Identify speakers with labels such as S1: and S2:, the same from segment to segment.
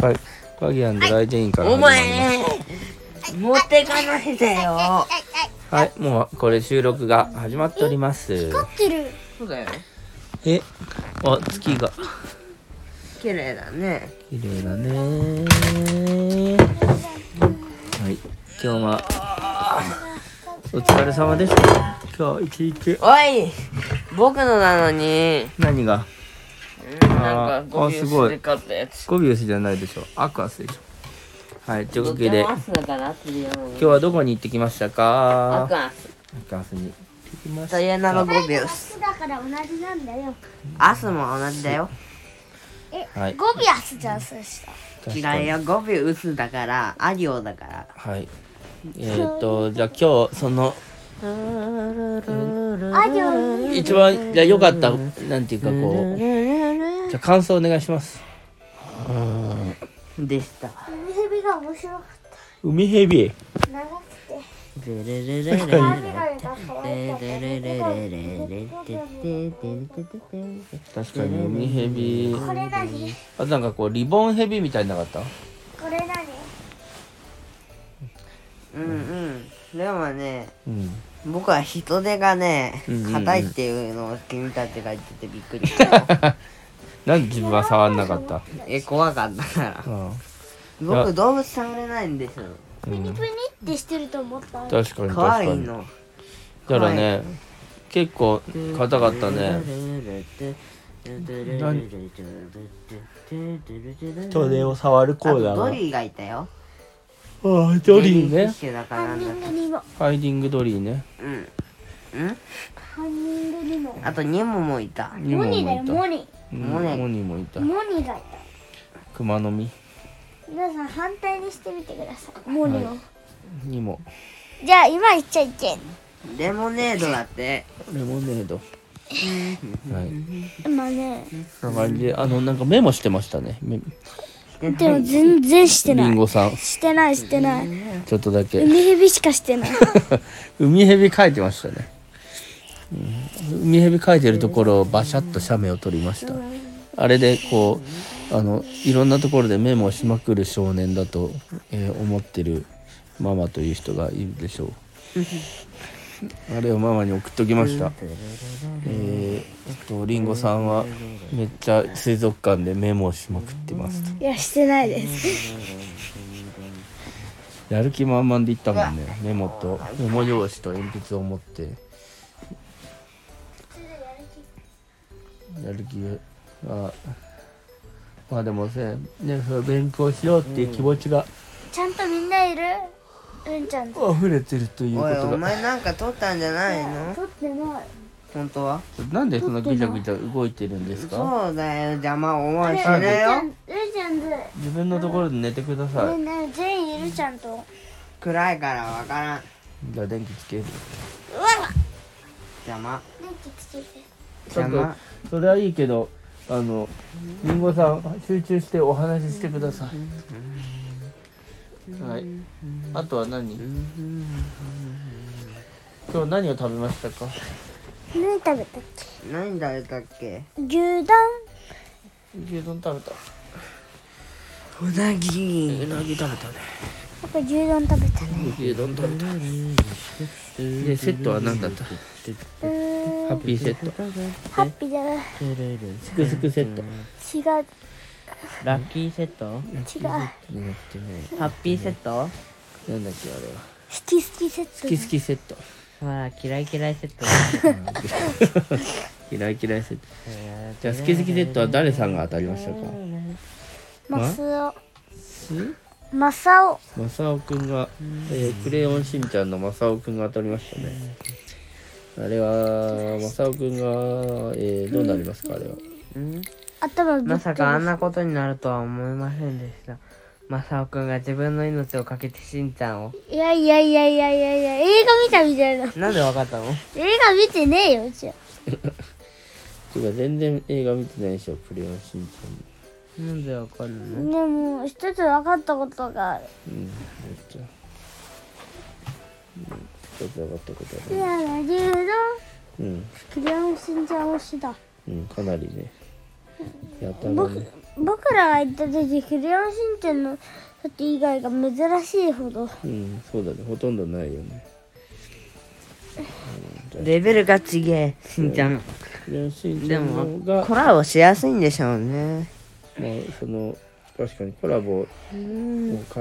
S1: かカギアンドライデインから
S2: お
S1: 始まります
S2: 前持ってかないでよ
S1: はいもうこれ収録が始まっております
S3: 光ってる
S2: そうだよね
S1: えあ月が
S2: 綺麗だね
S1: 綺麗だねはい今日はお疲れ様でした今日一日
S2: おい僕のなのに
S1: 何が
S2: うんなんかゴミ
S1: あすごい
S2: 薄かったやつ
S1: ゴビウスじゃないでしょアクアスでしょはいというわけで
S2: ドキャマスだからっていうのに
S1: 今日はどこに行ってきましたか
S2: アクアス
S1: アクアスに行ってきまし
S2: ダイアナのゴビウス
S3: スだから同じなんだよ
S2: アスも同じだよ
S3: え、
S1: はい
S3: ゴビアスじゃんそしたら
S1: た
S2: 違うよゴビウスだからア行だから
S1: はいえっ、ー、とじゃあ今日その
S3: あじゃあ
S1: 一番じゃあ良かったなんていうかこうじゃあ感想お願いします
S2: でした
S3: 海蛇が面白かっ
S1: 海ヘビ
S3: た長くて
S2: ルルルルルル
S3: カーメガネが可愛かった
S1: 確かに海ヘビ
S3: これ何
S1: あとなんかこうリボンヘビみたいになかった
S3: これ何
S2: うんうんでもね
S1: うん
S2: 僕は人手がね
S1: うんうんうん
S2: 硬いっていうのを君たちが言っててびっく りした
S1: なんで自分は触んなかった
S2: え怖かったから
S1: うん
S2: 僕動物触れないんですよ
S3: プニプニってしてると思った
S1: 確かに確かに
S2: 可愛いの
S1: だからね結構硬かったねを触る
S2: あとドリーがいたよ
S1: あドリー
S2: ジェフィッ
S1: ね
S2: シュだか
S3: ハ
S2: ら
S3: ンニ
S2: なん
S3: ン
S2: だ
S3: グにも
S1: ハイディングドリーね
S2: うんうん
S3: ハンニングにも
S2: あとニモもいた
S1: ニ
S3: モニだよ
S1: も
S3: モ
S1: い
S3: ニ
S1: たうん
S2: モネ
S1: モニもいた
S3: モニだよ
S1: クマの実
S3: 皆さん反対にしてみてくださいモニを、
S1: はにも
S3: じゃあ今いっちゃいけん
S2: レモネードだって
S1: レモネードはい
S3: 今ね
S1: そんな感じであのなんかメモしてましたねめ
S3: でも全然して
S1: リ
S3: な
S1: ン
S3: い
S1: ゴさん
S3: してないしてない
S1: ちょっとだけ
S3: 海蛇しかしてない
S1: 海蛇描いてましたね、うん、海蛇描いてるところをバシャッと写メを撮りましたあれでこうあのいろんなところでメモをしまくる少年だと、えー思ってるママという人がいるでしょうあれをママに送っときました、えー、えっとリンゴさんはめっちゃ水族館でメモをしまくってますと
S3: いやしてないです
S1: やる気満々で行ったもんねメモとメモ用紙と鉛筆を持ってやる気がまあでもねねその勉強しようっていう気持ちが
S3: ちゃんとみんないるうんちゃんと
S1: 溢れてるというこ
S2: おい
S1: と
S2: お
S1: が
S2: 前なんか取ったんじゃないの
S3: 撮ってない
S2: 本当は
S1: なんでそんなぐちゃぐちゃ動いてるんですか
S2: そうだよ邪魔お前し
S3: うん
S2: な
S3: ちゃんう
S2: よ
S3: んちゃんとね
S1: 自分のところで寝てください
S3: ね全員いるちゃんとうわ
S2: 暗いからわからん
S1: じゃあ電気つける
S2: 邪魔
S3: 電気つけて
S1: ちょっと
S2: 邪魔
S1: それはいいけどあのりんごさん集中してお話ししてくださいはいあとは何今日何を食べましたか
S3: 何食べたっけ
S2: 何食べたっけ
S3: 牛丼
S1: 牛丼食べた
S2: うなぎ
S1: うなぎ食べたね
S3: 僕牛丼食べたね
S1: 牛丼食べたでセットは何だった
S3: うー
S1: ハッ
S3: ん
S1: ピーセット
S3: ハッピーじゃない
S1: すくすくセット
S3: 違う
S2: ラッキーセット
S3: 違う
S1: 狙ってね
S2: ハッピーセット
S1: なんだっけあれは
S3: 好き好きセット
S1: 好き好きセット
S2: ほら嫌い嫌いセット
S1: 嫌い嫌いセットじゃあ好き好きセットは誰さんが当たりましたか
S3: マスオ
S1: す
S3: マサオ
S1: マサオくんが、えークレヨンしんちゃんのマサオくんが当たりましたね。あれは、マサオくんが、えーどうなりますか、あれは。
S3: 頭ぶっ
S2: まさかあんなことになるとは思いませんでしたマサオくんが自分の命をかけてしんちゃんを
S3: いやいやいやいやいやいや映画見たみたいな映
S2: なんでわかったの
S3: 画見てねえよじゃあ
S1: ていうか、全然映画見てないでしょ、クレヨンしんち
S2: なんでわかるの
S3: でも一つ分かったことがある
S1: ゃん。うん、めっちゃ。うん、ちょっと分かったことあ
S3: い
S1: る。
S3: やだ牛丼
S1: うん、
S3: クレヨンしんちゃん推しだ
S1: うん、かなりね。やたら
S3: 僕
S1: ね。
S3: 僕らが言った時クレヨンしんちゃんの時以外が珍しいほど
S1: うんそうだねほとんどないよね
S2: レベルがちげえしんちゃんの
S1: クレヨンしんち
S2: で
S1: ゃんの方
S2: も
S1: が
S2: コラボしやすいんでしょうね
S1: まあその確かにコラボをか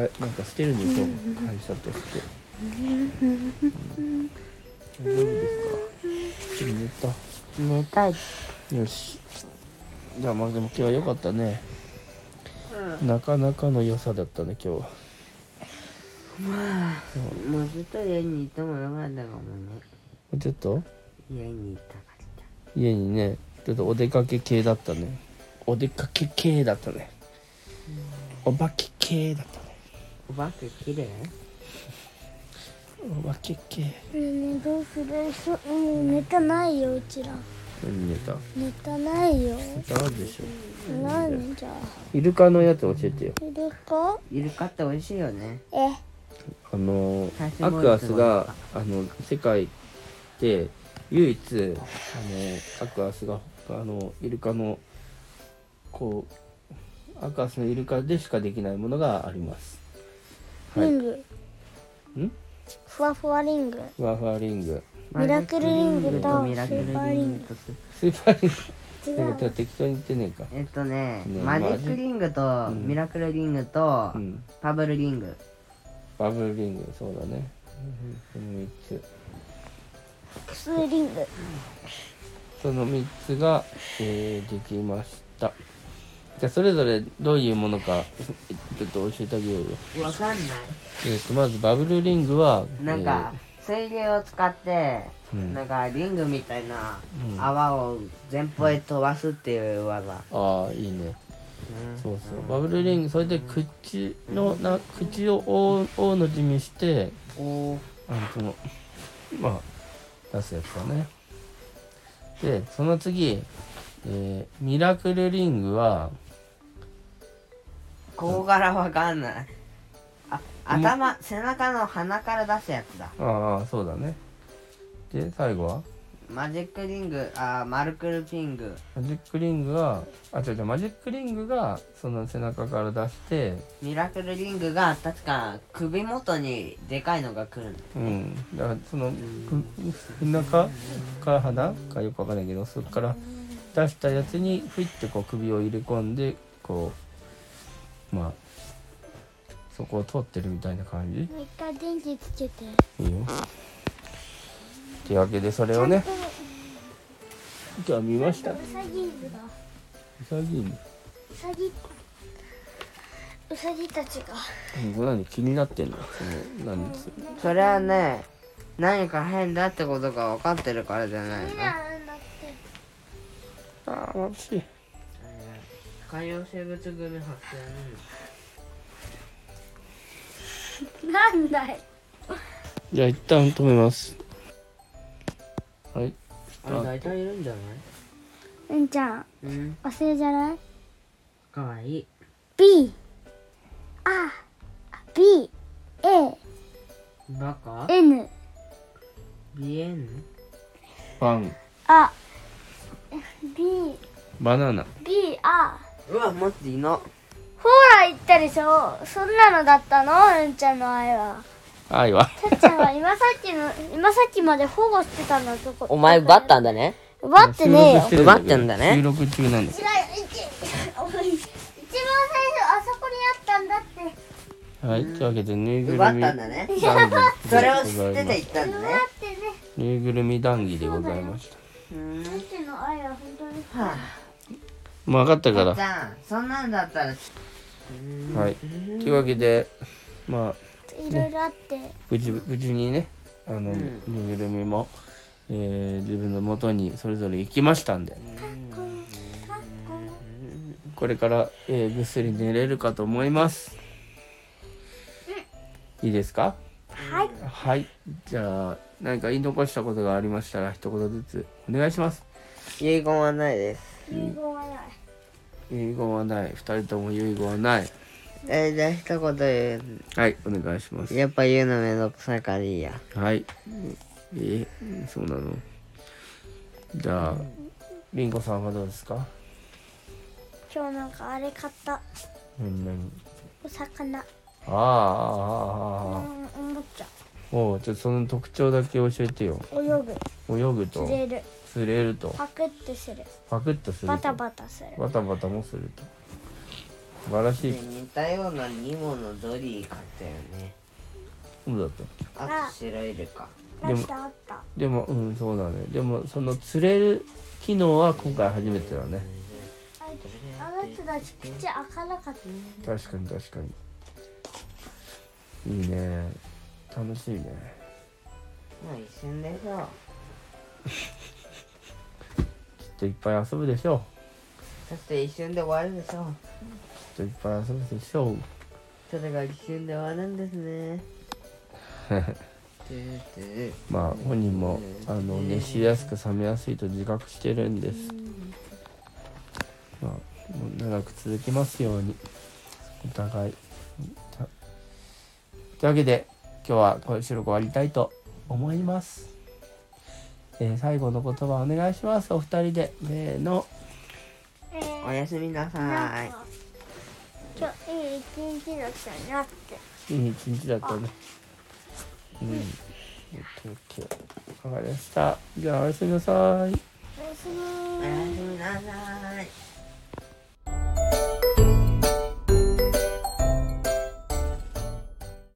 S1: えなんかしてるにこう会社として。うん大丈夫ですか。ちょっと
S2: 寝たい
S1: 寝た。よし。じゃあまあでも今日は良かったね。なかなかの良さだったね今日は。
S2: もうずっと家にいてもよかったかもね
S1: ちょっと
S2: 家にいたかっ
S1: 家にねちょっとお出かけ系だったね。お出かけ系だったね。お化け系だったね。
S2: お化け綺麗
S1: お化け系。
S3: ねえねえどうするそもうネタないようちら
S1: 何寝た？
S3: ネタないよ
S1: あるでしょ。
S3: 何じゃ
S1: イルカのやつ教えてよ。
S3: いるか
S2: イルカって美味しいよね
S3: え
S1: あの
S2: 最初
S1: ア
S2: も
S1: クアスがあの世界で唯一あのアクアスがあのイルカのこうアクアスのイルカでしかできないものがあります。は
S3: リ
S1: い。
S3: ン
S1: ん
S3: グふわふわリング
S1: ふわふわリング。
S3: ミラクルリングと
S2: ミラクルリングと
S1: スーパーリン
S3: 違
S1: グ。なんか
S3: う
S1: 適当に言ってねえか。
S2: えっとね
S1: ね
S2: マジックリングとミラクルリングと
S1: うん。
S2: パブルリング
S1: バブルリング、そうだね。その3つ。
S3: 複数リング
S1: その3つが、えーできました。じゃあそれぞれどういうものか、ちょっと教えてあげようよ。
S2: わかんない
S1: えー、とまずバブルリングは
S2: なんか、水流を使って、
S1: うん
S2: なんかリングみたいな泡を前方へ飛ばすっていう技、
S1: えーああいいねそうそうバブルリングそれで口のな口を大大の字にして
S2: うん、お
S1: あのそのまあ出すやつだねでその次、えーミラクルリングは
S2: ここからわかんないあ頭、背中の鼻から出すやつだ
S1: ああそうだねで最後は
S2: マジックリングあーマルクルピング
S1: マジックリングはあ違う違うマジックリングがその背中から出して
S2: ミラクルリングが確か首元にでかいのが来るんだ
S1: うん、だからその背中か鼻かよくわかんないけどそこから出したやつにふいってこう首を入れ込んでこうまあそこを通ってるみたいな感じ
S3: もう一回電気つけて
S1: いいよ。というわけでそれをね今日は見ました
S3: う。さぎだ
S1: うさぎに
S3: うさぎうさぎたちが
S1: うん何気になってんのその何つ
S2: それはね何か変だってことが分かってるからじゃない
S3: なん
S2: の
S3: だって
S1: ああ眩しい。
S2: 海洋生物組発
S3: なんだい
S1: じゃあ一旦止めます。はい。
S2: 見あれ大体いるんじゃない
S3: うんちゃん
S2: うん
S3: お世じゃない
S2: かわいい
S3: B A B A
S2: バカ
S3: N
S2: ビエン
S1: パン、
S3: A B
S1: バナナ。
S3: B A
S2: うわ待っていな
S3: ほら言ったでしょそんなのだったのうんちゃんの愛は
S1: 愛は
S3: たっちゃんは今さっきの今さっきまで保護してたんだとこ
S2: お前奪ったんだね
S3: 奪ってねえよ
S1: 収録してるだけ
S2: 奪ってんだね
S1: 収録中なんで
S3: 違う一一番最初あそこにあったんだって
S1: はい、というわけでぬいぐるみ
S2: 奪ったんだね
S1: 談義
S2: それを知ってて言ったんだね
S3: 奪ってね
S1: ぬいぐるみ談義でございました
S2: うん
S3: うんちゃんの愛は本当に
S2: は
S1: もう分かった
S2: あ
S1: か
S2: じゃあそんなんだったら
S1: らはいというわけでまあ
S3: いろいろあって
S1: 無事無事にねあの、
S2: ん
S1: ぬいぐるみも、えー自分の元にそれぞれ行きましたんでこれから、えーぐっすり寝れるかと思いますいいですか
S3: はい
S1: はいじゃあ何か言い残したことがありましたら一言ずつお願いします
S2: 遺言はないです
S3: 英語はない
S1: 遺言はない二人とも遺言はない
S2: えー、じゃあ一言言う
S1: はいお願いします
S2: やっぱ言うのめんどくさいからいいや
S1: はいえーそうなのじゃありんごさんはどうですか
S3: 今日なんかあれ買った
S1: 何何
S3: お魚
S1: ああああああ
S3: うんおもちゃ
S1: おうちょっとその特徴だけ教えてよ
S3: 泳ぐ
S1: 泳ぐと
S3: 釣れる
S1: 釣れると
S3: パクってする
S1: パクッとすると
S3: バタバタする
S1: バタバタもすると素晴らしい
S2: で似たような2ものドリー買ったよね
S1: そうだった
S2: あと白イルカ
S1: で
S3: あ
S1: も
S3: ったあった
S1: でもうんそうだねでもその釣れる機能は今回初めてだね
S3: ああの人たち口開かなかった
S1: 確かに確かにいいね楽しいね
S2: まあ一瞬でしょ
S1: きっといっぱい遊ぶでしょ
S2: そして一瞬で終わるでしょ
S1: うきっといっぱい遊ぶでしょう
S2: それが一瞬で終わるんですね
S1: まあ本人もあの熱しやすく冷めやすいと自覚してるんですまあもう長く続きますようにお互いたというわけで今日はこの収録終わりたいと思います、えー最後の言葉お願いしますお二人でせーの
S3: えー
S2: おやすみなさい
S3: なんか今日いい一日だったなって
S1: いい一日だったねうんオッケーオッケーわかりましたじゃあおやすみなさい
S3: おやすみ
S2: おやすみなさい